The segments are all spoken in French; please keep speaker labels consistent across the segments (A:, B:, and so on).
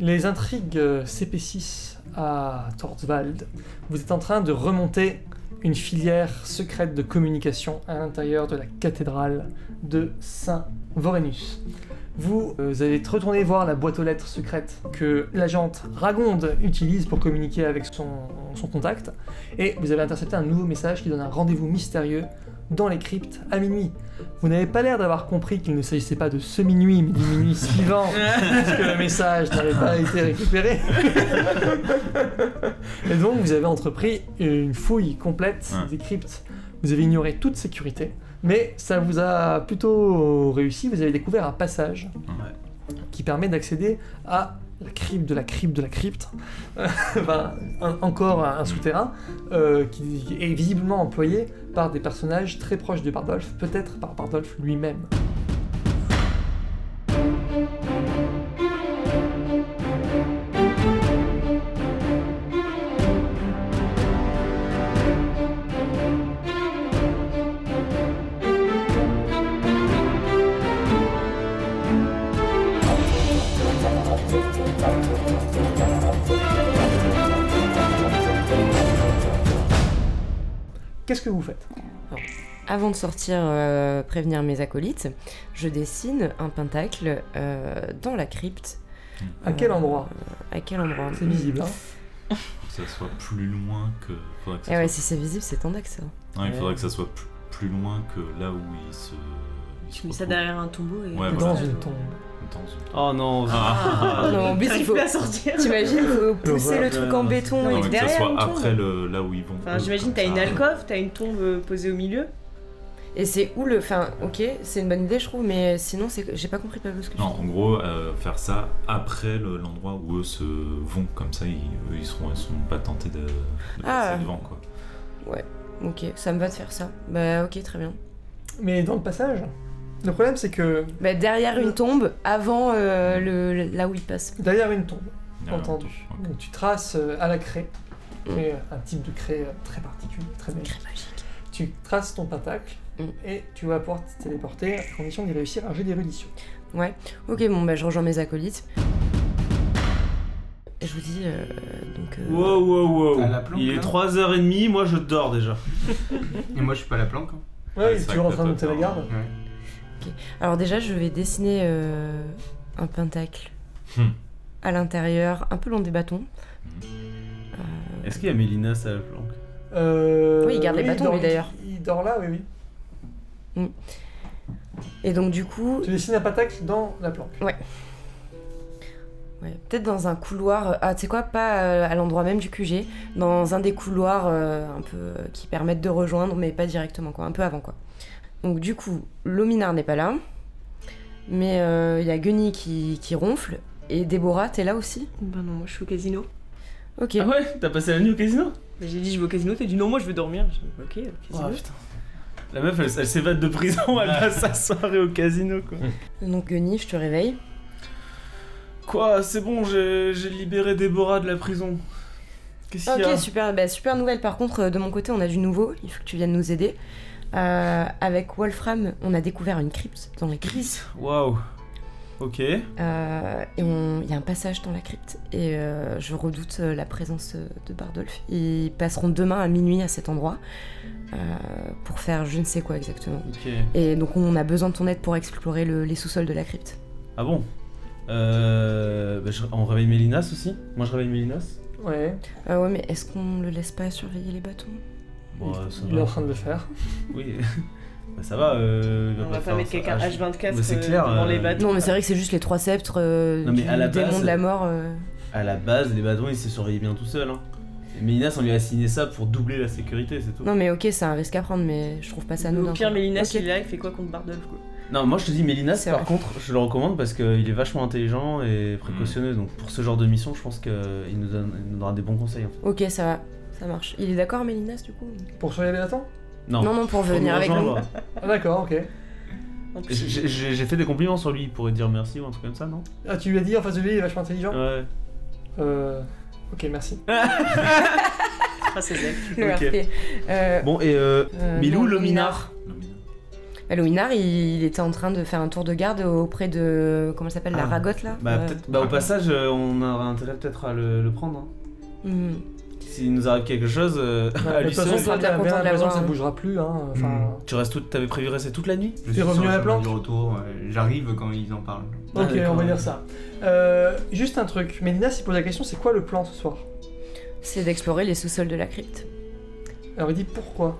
A: Les intrigues euh, s'épaississent à Tortswald. Vous êtes en train de remonter une filière secrète de communication à l'intérieur de la cathédrale de Saint-Vorenus. Vous euh, allez retourner voir la boîte aux lettres secrète que l'agente Ragonde utilise pour communiquer avec son, son contact, et vous avez intercepté un nouveau message qui donne un rendez-vous mystérieux dans les cryptes à minuit. Vous n'avez pas l'air d'avoir compris qu'il ne s'agissait pas de ce minuit, mais du minuit suivant, puisque le message n'avait pas été récupéré. Et donc, vous avez entrepris une fouille complète
B: Ouais.
A: des cryptes. Vous avez ignoré toute sécurité, mais ça vous a plutôt réussi. Vous avez découvert un passage qui permet d'accéder à la crypte de la crypte de la crypte. Enfin, un- encore un, un souterrain euh, qui, qui est visiblement employé par des personnages très proches de Bardolph, peut-être par Bardolph lui-même. Qu'est-ce que vous faites
C: Avant de sortir euh, prévenir mes acolytes, je dessine un pentacle euh, dans la crypte.
A: À quel endroit
C: À quel endroit Eh
A: C'est visible. hein.
B: Faut que ça soit plus loin que. Faudrait que ça
C: Eh ouais,
B: soit...
C: si c'est visible, c'est ton axe. ça.
B: Non, il
D: Ouais.
B: faudrait que ça soit plus, plus loin que là où il se. il se
E: Tu mets ça
B: retrouve.
E: derrière un tombeau et.
B: Ouais,
A: Dans
B: voilà.
A: une tombe.
B: Dans une-
D: Oh non.
B: Ah.
C: non, en plus, il
E: T'arrives
C: faut.
E: plus à sortir.
C: T'imagines, il faut pousser le
D: L'horreur.
C: truc en béton
B: Non,
C: et
B: mais que ça
C: derrière.
B: soit
C: une tombe.
B: après le, là où ils vont.
E: Enfin, j'imagine
D: Ah,
E: t'as une alcôve, t'as une tombe euh, posée au milieu.
C: Et c'est où le. Enfin, ok, c'est une bonne idée, je trouve, mais sinon, c'est... j'ai pas compris Pablo ce que tu
B: Non,
C: dis.
B: en gros, euh, faire ça après le- l'endroit où eux se vont, comme ça ils, eux, ils seront, ils seront pas tentés de, de
C: Ah.
B: passer devant quoi.
C: Ok, ça me va de faire ça. Bah, ok, très bien.
A: Mais dans le passage, le problème c'est que
C: Bah, derrière une tombe, avant euh, le, là où il passe.
A: derrière une tombe,
B: Derrière,
A: entendu,
B: ok.
A: donc tu traces euh, à la craie, mais, euh, un type de craie euh, très particulier, très belle.
C: Mm. Très magique.
A: Tu traces ton pentacle
C: Mm.
A: et tu vas pouvoir te téléporter à condition d'y réussir un jeu d'érudition.
C: Ok, bon, bah, je rejoins mes acolytes. Et je vous dis, euh, donc. euh,
D: Wow, wow, wow.
F: À la planque,
D: Il est
F: là.
D: 3h30, moi je dors déjà.
F: Et moi, je suis pas à la planque. hein.
A: Ouais,
B: Ouais,
A: oui,
B: Ah, c'est
A: tu
B: vrai que
A: rentres
B: t'as
A: en
B: pas
A: monter la
B: peur,
A: garde.
F: Ouais.
C: Alors déjà, je vais dessiner euh, un pentacle
B: Hmm.
C: à l'intérieur, un peu long des bâtons.
D: Est-ce qu'il y a Mélina à la planque
B: hein.
A: Euh,
C: Oui, il garde les bâtons,
A: dort-
C: lui, d'ailleurs.
A: Il dort là, oui, oui.
C: Et donc du coup,
A: Tu dessines un pentacle dans la planque.
C: ouais, peut-être dans un couloir, ah, tu sais quoi, pas euh, à l'endroit même du QG, dans un des couloirs euh, un peu euh, qui permettent de rejoindre, mais pas directement quoi, un peu avant quoi. Donc du coup, Lominar n'est pas là, mais euh, il y a Gunny qui, qui ronfle. Et Déborah, t'es là aussi
E: Bah non, moi je suis au casino.
C: Ok.
D: Ah ouais T'as passé la nuit au casino
E: Mais Bah, J'ai dit je vais au casino, t'as dit non, moi je veux dormir. J'ai dit, ok, au casino.
D: La meuf, elle, elle s'évade de prison, elle passe sa soirée au casino quoi.
C: Donc Gunny, je te réveille.
D: Quoi C'est bon, j'ai j'ai libéré Déborah de la prison. Qu'est-ce qu'il y a
C: Ok, super, bah, super nouvelle. Par contre, euh, de mon côté, on a du nouveau. Il faut que tu viennes nous aider. Euh, avec Wolfram, on a découvert une crypte dans les cryptes.
D: Waouh. Ok.
C: Euh, et on- il y a un passage dans la crypte. Et euh, je redoute euh, la présence euh, de Bardolph. Ils passeront demain à minuit à cet endroit euh, pour faire je ne sais quoi exactement.
D: Ok.
C: Et donc, on a besoin de ton aide pour explorer le- les sous-sols de la crypte.
D: Ah bon euh, bah, je- On réveille Mélinas aussi Moi je réveille Mélinas
A: Ouais,
C: Euh, ouais, mais est-ce qu'on le laisse pas surveiller les bâtons
D: Bon,
A: il-
D: euh, ça
A: il est
D: va.
A: en train de le faire.
D: Oui. bah, ça va. Euh, il
E: On va pas
D: faire
E: mettre
D: ça.
E: quelqu'un
D: Ah, je-
E: H24
D: Mais c'est
E: euh,
D: clair,
E: devant
D: euh,
E: les bâtons.
C: Non, mais c'est vrai que c'est juste les trois sceptres euh,
D: Non, mais
C: du
D: à la
C: démon
D: base-
C: de la mort. euh.
D: À la base, les bâtons, il s'est surveillé bien tout seul. Hein. Et Mélinas, on lui a assigné ça pour doubler la sécurité, c'est tout.
C: Non mais ok, c'est un risque à prendre, mais je trouve pas ça anodin.
E: Au pire,
C: quoi.
E: Mélina,
C: Ok.
E: celui-là, il fait quoi contre Bardolph quoi
D: Non, moi je te dis, Mélinas,
C: C'est
D: par
C: vrai.
D: contre, je le recommande parce qu'il est vachement intelligent et précautionneux. Donc pour ce genre de mission, je pense qu'il nous, donne- il nous donnera des bons conseils. en fait.
C: Ok, ça va, ça marche. Il est d'accord, Mélinas, du coup
A: Pour surveiller les bâtons
D: Non.
C: Non, non, pour venir avec nous.
A: Ah, D'accord, ok.
E: En plus,
D: J'ai j'ai- j'ai fait des compliments sur lui, il pourrait dire merci ou un truc comme ça, non
A: Ah, tu lui as dit en face de lui, il est vachement intelligent
D: Ouais.
A: Euh. Ok, merci.
E: il fera ses ailes.
C: Le
D: Ok.
C: RP. Euh,
D: Bon, et euh,
C: euh,
D: Milou,
C: non,
D: Lominar
B: Lumineux.
C: Bah, Lominar, il, il était en train de faire un tour de garde auprès de. Comment ça s'appelle La
D: Ah.
C: ragotte, là
D: Bah,
C: Euh,
D: peut-être, bah, au passage, euh, on a intérêt peut-être à le, le prendre. hein.
C: hmm.
D: S'il nous arrive quelque chose, euh, à
A: De
D: lui
A: toute
D: seul,
A: façon,
C: sera
A: ça,
C: bien
A: bien
C: content
A: l'impression
C: de
A: que
C: l'avoir,
A: ça
C: hein.
A: bougera plus. Hein. Enfin,
D: tu restes tout, t'avais prévu rester toute la nuit
F: Je
A: T'es revenu
F: sûr,
A: à la
F: j'aimerais
A: planque
F: du retour, euh, j'arrive quand ils en parlent.
D: Ah,
A: ok,
D: d'accord.
A: on va dire ça. Euh, juste un truc. Mélina s'est posé la question c'est quoi le plan ce soir
C: C'est d'explorer les sous-sols de la crypte.
A: Alors il dit pourquoi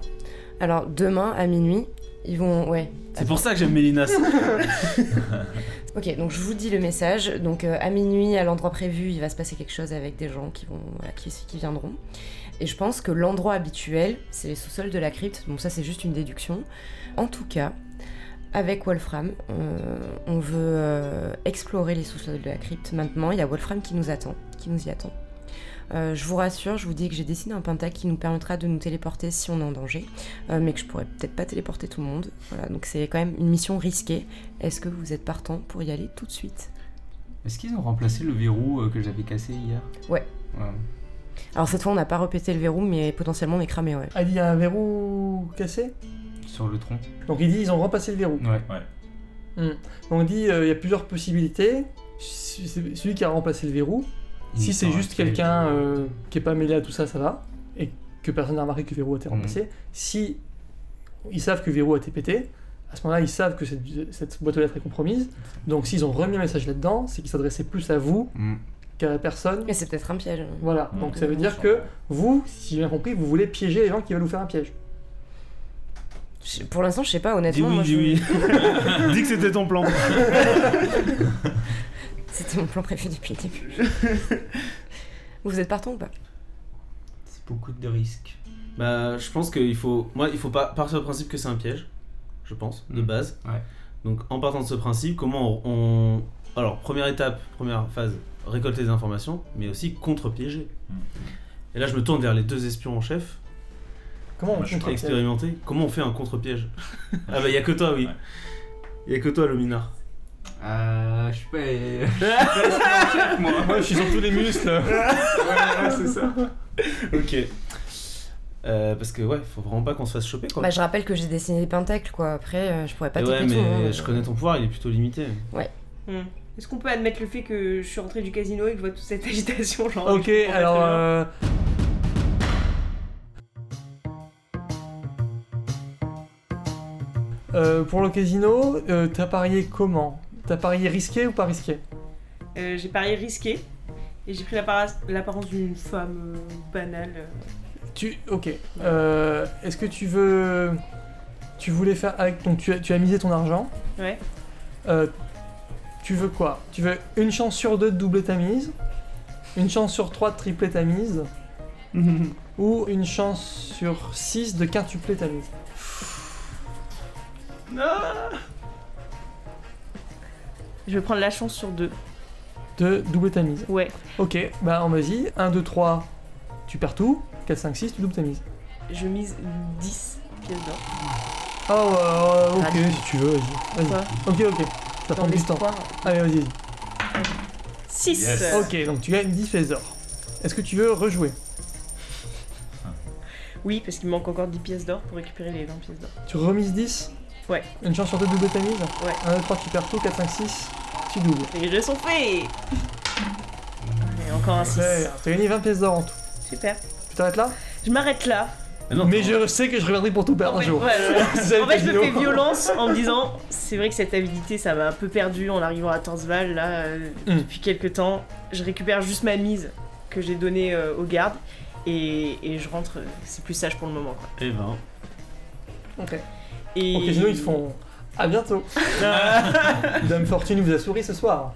C: Alors, demain, à minuit, ils vont. Ouais.
D: C'est pour ça que j'aime Mélinas.
C: Ok, donc je vous dis le message. Donc euh, à minuit, à l'endroit prévu, il va se passer quelque chose avec des gens qui vont, voilà, qui, qui viendront. Et je pense que l'endroit habituel, c'est les sous-sols de la crypte. Donc ça, c'est juste une déduction. En tout cas, avec Wolfram, euh, on veut euh, explorer les sous-sols de la crypte. Maintenant, il y a Wolfram qui nous attend, qui nous y attend. Euh, je vous rassure, je vous dis que j'ai dessiné un pentacle qui nous permettra de nous téléporter si on est en danger, euh, mais que je pourrais peut-être pas téléporter tout le monde. Voilà, donc c'est quand même une mission risquée. Est-ce que vous êtes partant pour y aller tout de suite
F: Est-ce qu'ils ont remplacé le verrou euh, que j'avais cassé hier
C: Ouais.
F: Ouais.
C: Alors cette fois, on n'a pas repété le verrou, mais potentiellement on est cramé, ouais.
A: Elle dit il y a un verrou cassé
F: Sur le tronc.
A: Donc il dit ils ont remplacé le verrou. Mm.
F: Ouais.
A: Donc il dit euh, il y a plusieurs possibilités. Si- c'est- Celui qui a remplacé le verrou, si
F: Il
A: c'est
F: sera
A: juste
F: installé.
A: quelqu'un euh, qui est pas mêlé à tout ça, ça va. Et que personne n'a remarqué que le verrou a été remplacé. Si ils savent que le verrou a été pété, à ce moment-là, ils savent que cette, cette boîte aux lettres est compromise. Donc s'ils ont remis un message là-dedans, c'est qu'ils s'adressaient plus à vous
F: Mm.
A: qu'à la personne.
C: Mais c'est peut-être un piège.
A: Voilà.
B: Mm.
A: Donc ça veut dire que vous, si j'ai bien compris, vous voulez piéger les gens qui veulent vous faire un piège.
C: Je- Pour l'instant, je sais pas,
D: dis
C: honnêtement.
D: oui,
C: moi,
D: dis
C: je-
D: oui. dis que c'était ton plan.
C: C'était mon plan prévu depuis le début. vous êtes partant ou pas
F: C'est beaucoup de risques.
D: Bah, je pense qu'il faut. Moi, il faut pas partir du principe que c'est un piège, je pense, de
F: Mm.
D: base.
F: Ouais.
D: Donc, en partant de ce principe, comment on. on- Alors, première étape, première phase, récolter des informations, mais aussi contre-piéger.
B: Mm.
D: Et là, je me tourne vers les deux espions en chef,
A: Comment on
B: Moi, je suis
A: contre-
D: expérimentés. Comment on fait un contre-piège Ah, bah, il a que toi, oui.
B: Ouais.
D: Il y a que toi, Luminar.
F: Euh, je suis pas. je suis pas un chef, moi.
B: je suis sur tous les muscles.
F: Ouais, ouais, c'est ça.
D: ok. Euh, parce que, ouais, faut vraiment pas qu'on se fasse choper, quoi.
C: Bah, je rappelle que j'ai dessiné des pentacles, quoi. Après, euh, je pourrais pas
D: Et ouais,
C: taper tout. hein.
D: mais je connais ton pouvoir, il est plutôt limité.
E: Hmm. Est-ce qu'on peut admettre le fait que je suis rentrée du casino et que je vois toute cette agitation genre,
A: Ok,
E: je comprends pas
A: alors.
E: Oh, très bien.
A: euh, euh, pour le casino, euh, t'as parié comment T'as parié risqué ou pas risqué
E: Euh, j'ai parié risqué et j'ai pris l'appara- l'apparence d'une femme euh, banale. euh.
A: Tu, ok. Euh, Est-ce que tu veux, tu voulais faire avec, donc tu as, tu as misé ton argent.
E: Ouais.
A: Euh, tu veux quoi Tu veux une chance sur deux de doubler ta mise, une chance sur trois de tripler ta mise,
E: Mhm.
A: ou une chance sur six de quintupler ta mise.
E: Je vais prendre la chance sur deux.
A: De doubler ta mise.
E: Ouais.
A: Ok, bah on vas-y. 1, 2, 3, tu perds tout. 4, 5, 6, tu doubles ta mise.
E: Je mise 10 pièces d'or.
A: Oh, euh, ok,
C: Allez.
A: si tu veux, vas-y. vas-y.
E: Quoi
A: Ok, ok, ça prend
E: Dans
A: du temps.
E: l'espoir.
A: Allez, vas-y.
E: 6
B: Yes.
A: Ok, donc tu gagnes 10 pièces d'or. Est-ce que tu veux rejouer
E: Oui, parce qu'il me manque encore 10 pièces d'or pour récupérer les 20 pièces d'or.
A: Tu remises 10
E: Ouais.
A: Une chance sur deux de doubler ta mise
E: Ouais.
A: 1, 2, 3, tu perds tout. 4, 5, 6, tu doubles.
E: Les jeux sont faits Et encore un 6.
A: Ouais, T'as gagné 20 pièces d'or en tout.
E: Super.
A: Tu t'arrêtes là
E: Je m'arrête là.
D: Ah non,
A: Mais je sais que je reviendrai pour tout perdre
E: En
A: un
E: fait,
A: jour.
E: ouais, ouais, ouais.
A: C'est ça, le
E: En fait, je me
A: casino.
E: fais violence en me disant c'est vrai que cette habilité, ça m'a un peu perdu en arrivant à Torsval, là, euh,
A: Mm.
E: depuis quelques temps. Je récupère juste ma mise que j'ai donnée euh, aux gardes et, et je rentre. euh, C'est plus sage pour le moment, quoi.
D: Eh
B: hein.
D: ben.
A: Ok.
E: Et...
A: Au casino, ils te font. À bientôt. Dame Fortune vous a souri ce soir.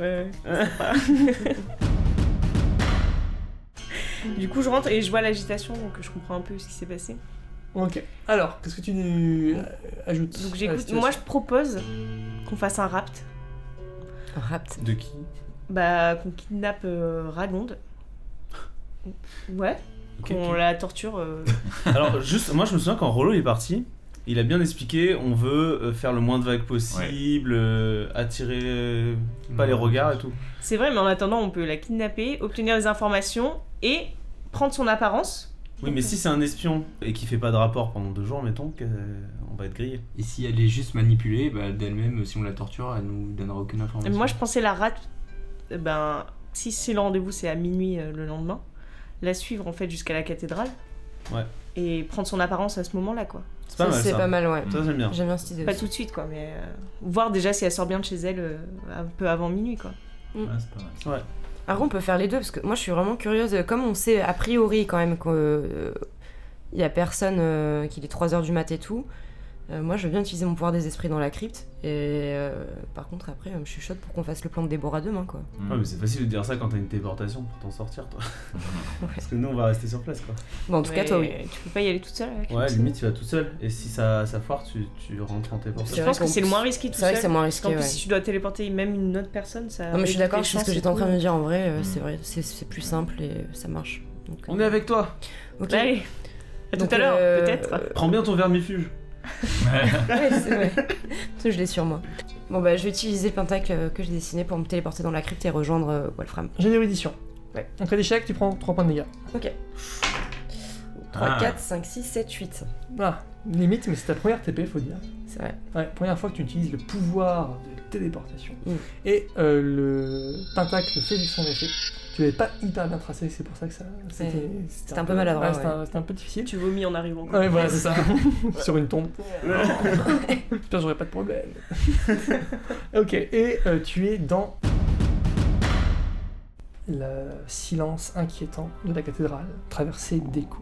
E: Ouais, ouais. du coup, je rentre et je vois l'agitation, donc je comprends un peu ce qui s'est passé.
A: Ok. Alors, qu'est-ce que tu euh, ajoutes à
E: Donc
A: la
E: j'écoute.
A: situation
E: Moi, je propose qu'on fasse un rapt.
C: Rapt.
D: De qui
E: Bah, qu'on kidnappe euh, Ragonde. Ouais.
D: Ok,
E: qu'on
D: ok.
E: la torture. euh,
D: Alors, juste, moi je me souviens quand Rollo est parti, il a bien expliqué on veut euh, faire le moins de vagues possible, euh, attirer euh, pas
B: Mmh.
D: les regards et tout.
E: C'est vrai, mais en attendant, on peut la kidnapper, obtenir des informations et prendre son apparence
D: Oui, mais si c'est un espion et qui fait pas de rapport pendant deux jours, mettons, que- euh, on va être grillé.
F: Et si elle est juste manipulée, bah, d'elle-même, si on la torture, elle nous donnera aucune information.
E: Moi, je pensais la rate. euh, Ben, si, si le rendez-vous c'est à minuit euh, le lendemain, la suivre en fait jusqu'à la cathédrale.
D: Ouais.
E: Et prendre son apparence à ce moment-là, quoi.
D: C'est pas mal
C: C'est
D: ça.
C: pas mal, ouais.
D: Ça, j'aime bien.
C: J'aime bien cette idée.
E: Pas
C: aussi.
E: tout de suite, quoi, mais euh, voir déjà si elle sort bien de chez elle euh, un peu avant minuit, quoi.
B: Ouais, c'est pas mal.
C: Après, on peut faire les deux parce que moi, je suis vraiment curieuse. Comme on sait a priori quand même qu'il y a personne euh, qu'il est 3h du mat et tout, euh, moi, je veux bien utiliser mon pouvoir des esprits dans la crypte. Et euh, par contre, après, euh, je suis chaude pour qu'on fasse le plan de Déborah demain, quoi.
B: Hmm.
D: Ouais, Ah, mais c'est facile de dire ça quand t'as une déportation pour t'en sortir, toi.
C: Ouais.
D: Parce que nous, on va rester sur place, quoi.
C: Bon, en tout cas, toi, oui.
E: Mais Tu peux pas y aller toute seule avec
D: Ouais,
E: lui.
D: limite, tu vas tout seul. Et si ça, ça foire, tu, tu rentres en
C: C'est
E: Je
D: déportation.
C: vrai
E: pense que
C: qu'en
E: c'est le
C: plus-
E: moins risqué tout
C: C'est vrai
E: seul.
C: que c'est moins
E: Parce qu'en
C: risqué,
E: plus,
C: ouais.
E: si tu dois téléporter même une autre personne, ça.
C: Non, mais je suis
E: augmente
C: d'accord,
E: les
C: c'est ce
E: chances
C: que
E: et
C: j'étais en
E: tout.
C: train de dire. En vrai, euh,
B: Mm.
C: c'est vrai, c'est- c'est plus simple et ça marche. Donc,
D: On
C: euh,
D: est avec toi.
C: ok.
E: Mm. Bah, allez. À tout
C: Donc,
E: à l'heure,
C: euh,
E: peut-être.
D: Prends bien ton vermifuge.
C: Ouais, c'est vrai. Parce que je l'ai sur moi. Bon, bah, je vais utiliser le pentacle euh, que j'ai dessiné pour me téléporter dans la crypte et rejoindre euh, Wolfram.
A: J'ai d'érudition.
C: Ouais.
A: En cas d'échec, tu prends 3 points de dégâts.
C: Ok. 3,
B: Ah.
C: 4, 5, 6, 7, 8.
A: Ah, limite, mais c'est ta première TP, faut dire.
C: C'est vrai.
A: Ouais, première fois que tu utilises le pouvoir de téléportation.
C: Mm.
A: Et euh, le pentacle fait son effet. Tu l'avais pas hyper bien tracé, c'est pour ça que ça. C'était c'était
C: C'était un peu maladroit,
A: ouais, c'était
C: ouais.
A: un- C'était un peu difficile.
E: Tu vomis en arrivant. quoi.
A: Ouais, voilà, c'est ça. Sur une tombe. Putain, j'aurais pas de problème. ok, et euh, tu es dans le silence inquiétant de la cathédrale, traversé d'échos.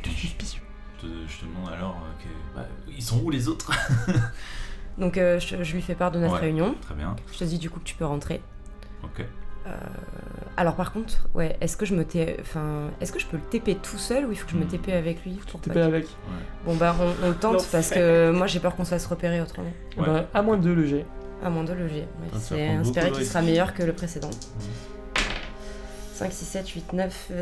A: Tu es suspicieux.
B: Je te- je te demande alors, euh, que- bah, ils sont où les autres
C: Donc, euh, je, je lui fais part de notre
B: Ouais.
C: réunion.
B: Très bien,
C: Je te dis du coup que tu peux rentrer.
B: ok.
C: Alors, par contre, ouais, est-ce que je me t... enfin, est-ce que je peux le TP tout seul ou il faut que je me
D: Hmm.
B: Mm.
C: TP avec lui pour
A: T'es
C: pas
A: pas avec.
C: qu'il- Bon, bah, on, on le tente
E: L'enfer.
C: parce que moi, j'ai peur qu'on se fasse repérer autrement.
A: Eh ben, à moins de le jet.
C: À moins de le G.
D: Ah, ça
C: c'est
D: prend
C: inspiré
D: beaucoup de
C: qu'il sera
D: risques. Hmm.
C: meilleur que le précédent. 5, 6, 7, 8, 9.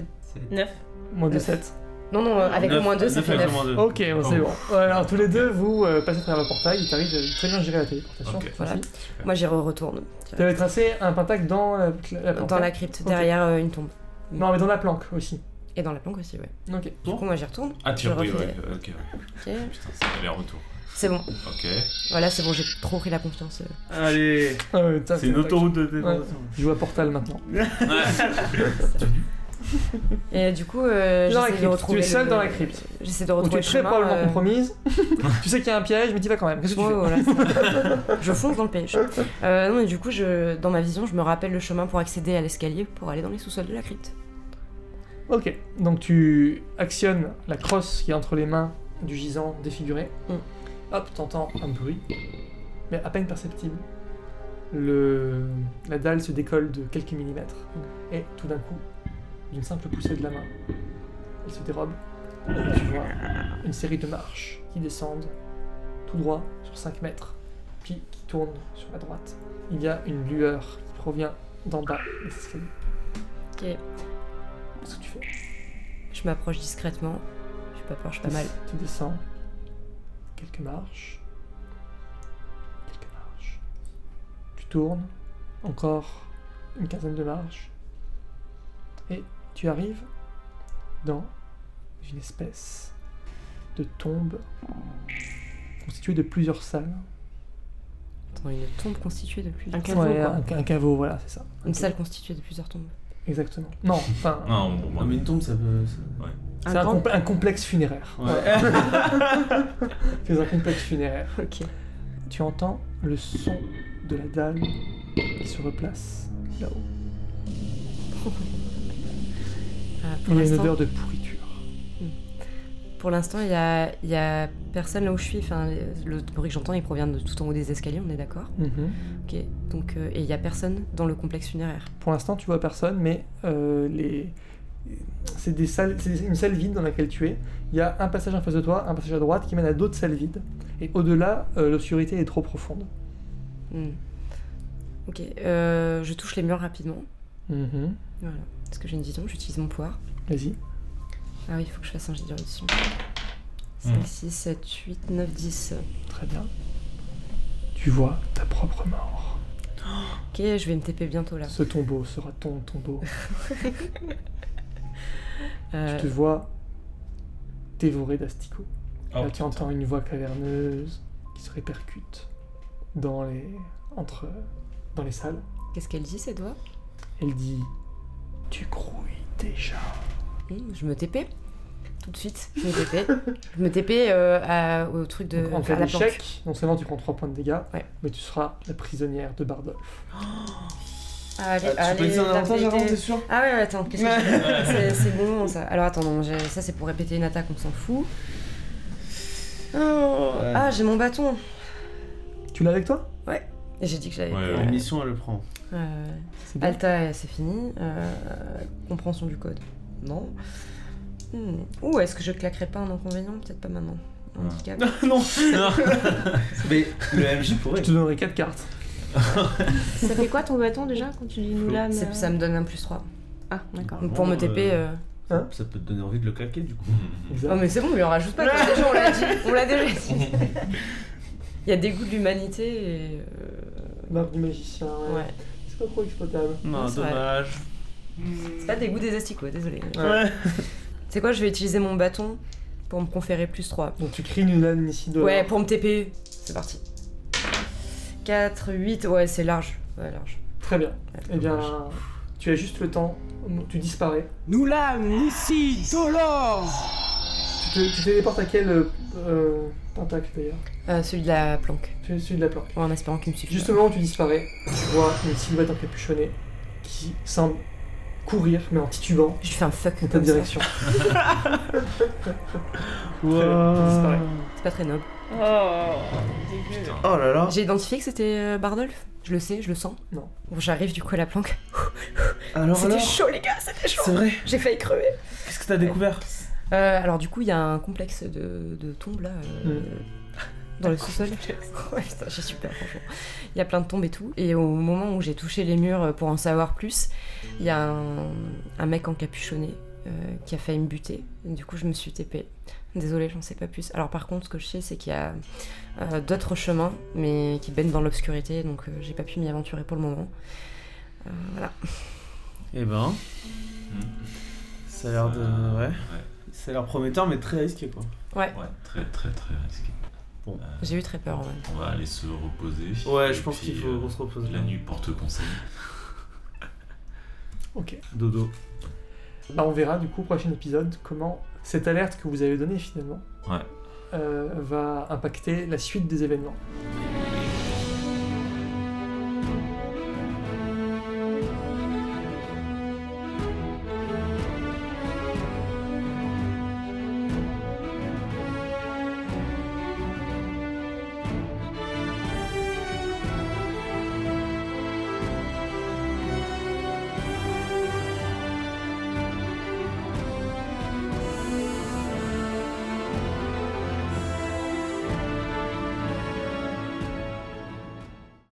E: Neuf.
A: Moins de
C: Neuf.
A: 7.
C: euh, Non, non, euh, avec le
D: Neuf-
C: moins 2, ça
D: neuf
C: fait
D: avec le
C: 9.
D: moins deux.
A: Ok, bon, c'est
D: Oh.
A: bon. Alors, tous les deux, vous euh, passez à travers le portail, il t'arrive de très bien gérer la téléportation.
B: Ok.
A: cette
C: Voilà.
A: fois-ci.
C: Moi, j'y retourne.
A: Tu avais tracé un pentacle dans la, la planque.
C: Dans la crypte,
A: Ok.
C: derrière euh, une tombe.
A: Non, mais dans la planque aussi.
C: Et dans la planque aussi, ouais.
A: Ok.
C: Du coup, moi, j'y retourne.
B: Ah, tu
C: Je
B: oui,
C: refais.
B: ouais, ok. ouais.
C: Ok.
B: Putain, c'est les retours.
C: C'est bon.
B: Ok.
C: Voilà, c'est bon, j'ai trop pris la confiance. euh.
D: Allez,
A: Euh, t'as-
D: c'est une
A: t'as-
D: autoroute de déportation.
A: Je joue à Portal maintenant.
C: Et du coup, euh,
A: Dans la
C: j'essaie de
A: crypte.
C: retrouver.
A: Tu es seule
C: le-
A: dans la crypte.
C: J'essaie de
A: Où tu
C: retrouver.
A: es
C: le
A: très
C: chemin,
A: probablement
C: euh,
A: compromise. tu sais qu'il y a un piège, mais tu vas quand même. Qu'est-ce que tu
C: ouais,
A: fais
C: voilà, c'est- je fonce dans le piège. Euh, non, mais du coup, je, dans ma vision, je me rappelle le chemin pour accéder à l'escalier pour aller dans les sous-sols de la crypte.
A: Ok, donc tu actionnes la crosse qui est entre les mains du gisant défiguré.
C: Mm.
A: Hop, t'entends un bruit, mais à peine perceptible. Le... La dalle se décolle de quelques millimètres, et tout d'un coup, d'une simple poussée de la main, elle se dérobe, et tu vois une série de marches qui descendent tout droit sur 5 mètres, puis qui tournent sur la droite. Il y a une lueur qui provient d'en bas des escaliers.
C: Ok.
A: Qu'est-ce que tu fais
C: Je m'approche discrètement. J'ai pas peur, je suis pas mal.
A: Tu descends. Quelques marches. Quelques marches. Tu tournes. Encore une quinzaine de marches. Et tu arrives dans une espèce de tombe constituée de plusieurs salles.
C: Attends, une tombe constituée de plusieurs.
E: Un caveau,
A: Ouais,
E: quoi.
A: un, un caveau, voilà, c'est ça.
C: Une salle constituée de plusieurs tombes.
A: Exactement. Non, enfin,
B: Non, bon, bah,
D: Ah, mais une tombe, ça peut. ça-
A: c'est un,
E: grand-
A: compl- un complexe funéraire.
D: Ouais.
A: C'est un complexe funéraire.
C: Ok.
A: tu entends le son de la dalle qui se replace là-haut.
C: Ah, pour
A: Il y a une
C: l'instant-
A: odeur de pourriture.
C: Pour l'instant, il y a, il y a personne là où je suis. Enfin, le bruit que j'entends, il provient de tout en haut des escaliers, on est d'accord Ok. Donc, euh, et il y a personne dans le complexe funéraire.
A: Pour l'instant, tu vois personne, mais euh, les... c'est des salles- c'est une salle vide dans laquelle tu es. Il y a un passage en face de toi, un passage à droite qui mène à d'autres salles vides. Et au-delà, euh, l'obscurité est trop profonde.
C: Hmm. Ok. euh, je touche les murs rapidement. Voilà. Parce que j'ai une vision, j'utilise mon pouvoir.
A: Vas-y.
C: Ah oui, il faut que je fasse un jet d'érudition. 5, 6, 7, 8, 9, 10.
A: Très bien. Tu vois ta propre mort.
C: Ok, je vais me TP bientôt là.
A: Ce tombeau sera ton tombeau.
C: Euh,
A: Tu te vois dévorée d'asticots.
D: Oh,
A: Là, tu entends une voix caverneuse qui se répercute dans les, entre, dans les salles.
C: Qu'est-ce qu'elle dit, cette voix
A: Elle dit Tu grouilles déjà.
C: Hum, Je me TP. Tout de suite, je me TP. je me TP euh, à- au truc de.
A: Donc, en
C: à
A: cas
C: la planque.
A: d'échec, non seulement tu prends 3 points de dégâts,
C: Ouais.
A: mais tu seras la prisonnière de Bardolph.
C: Allez,
D: Ah, tu peux
C: allez,
D: dire un
C: la
D: avantage avant,
C: vérité.
D: t'es sûr
C: Ah ouais, ouais, attends, qu'est-ce que je fais C'est- C'est bon ça. Alors attends, non, j'ai- ça c'est pour répéter une attaque, on s'en fout. Oh,
D: Ouais.
C: Ah, j'ai mon bâton.
A: Tu l'as avec toi
C: Et J'ai dit que j'avais.
B: Ouais,
C: pris,
B: ouais.
D: La
C: euh,
D: mission, elle le prend.
C: euh,
A: C'est bien.
C: Alta, euh, c'est fini. Euh, compréhension du code. Non. Hmm. Ou est-ce que je claquerais pas un inconvénient Peut-être pas maintenant. Un
B: Ouais.
C: handicap.
D: non Mais le MJ pourrait.
A: Je te donnerai 4 cartes.
E: Ça fait quoi ton bâton déjà quand tu dis nous là
C: C'est- Ça me donne un plus 3.
E: Ah, d'accord.
C: Donc pour me TP.
D: euh,
C: euh,
A: Hein
D: Ça peut te donner envie de le claquer du coup.
A: Exact.
C: Oh mais c'est bon, mais on rajoute pas. toi, déjà, on l'a dit. On l'a déjà dit. Il y a des goûts de l'humanité et. euh,
A: Marque du magicien. ouais.
C: Ouais.
A: C'est pas trop exploitable.
D: Non,
C: Ouais, c'est vrai.
D: dommage.
C: C'est pas des goûts des asticots, désolé.
D: Ouais.
C: C'est quoi, je vais utiliser mon bâton pour me conférer plus 3.
A: Donc tu cries une lame ici dehors.
C: Ouais, pour me TP. C'est parti. 4, 8, ouais, c'est large. Ouais, large.
A: Très bien. Eh bien, tu as juste le temps. Tu disparais.
G: Nous l'âmes ici, Dolor
A: Tu, te, tu téléportes à quel euh, euh, pentacle d'ailleurs
C: Euh, celui de la planque.
A: Celui celui de la planque.
C: Ouais, En espérant qu'il me suive.
A: Juste au moment où tu disparais, tu vois une silhouette encapuchonnée qui semble courir, mais en titubant,
C: Je lui fais un fuck
A: dans ta
C: comme ça.
A: direction.
D: Wow.
C: C'est pas très noble.
E: Oh, dégueu.
D: Oh là là.
C: J'ai identifié que c'était euh, Bardolph. Je le sais, je le sens.
A: Non.
C: Bon, j'arrive du coup à la planque.
D: Alors
C: C'était
D: alors.
C: chaud, les gars, c'était chaud.
D: C'est vrai.
C: J'ai failli crever.
D: Qu'est-ce que t'as découvert
C: Euh, alors, du coup, il y a un complexe de, de tombes là. euh, Dans le sous-sol. ouais, putain, j'ai super, franchement. Il y a plein de tombes et tout. Et au moment où j'ai touché les murs euh, pour en savoir plus, il y a un, un mec encapuchonné euh, qui a failli me buter. Du coup, je me suis TP. Désolée, j'en sais pas plus. Alors, par contre, ce que je sais, c'est qu'il y a euh, d'autres chemins, mais qui baignent dans l'obscurité. Donc, euh, j'ai pas pu m'y aventurer pour le moment. Euh, voilà.
D: Eh ben. Hmm. Ça a l'air de. Ouais. Ça a l'air prometteur, mais très risqué quoi.
B: Euh, Ouais, très très très risqué.
D: Bon.
B: Euh,
C: J'ai eu très peur, ouais.
B: on va aller se reposer.
D: Ouais,
B: Et
D: je pense
B: puis,
D: qu'il faut
B: euh,
D: qu'on se repose
B: La
D: là.
B: nuit porte conseil.
A: Ok.
D: Dodo.
A: Bah, on verra du coup, prochain épisode, comment cette alerte que vous avez donnée finalement
B: Ouais.
A: euh, va impacter la suite des événements.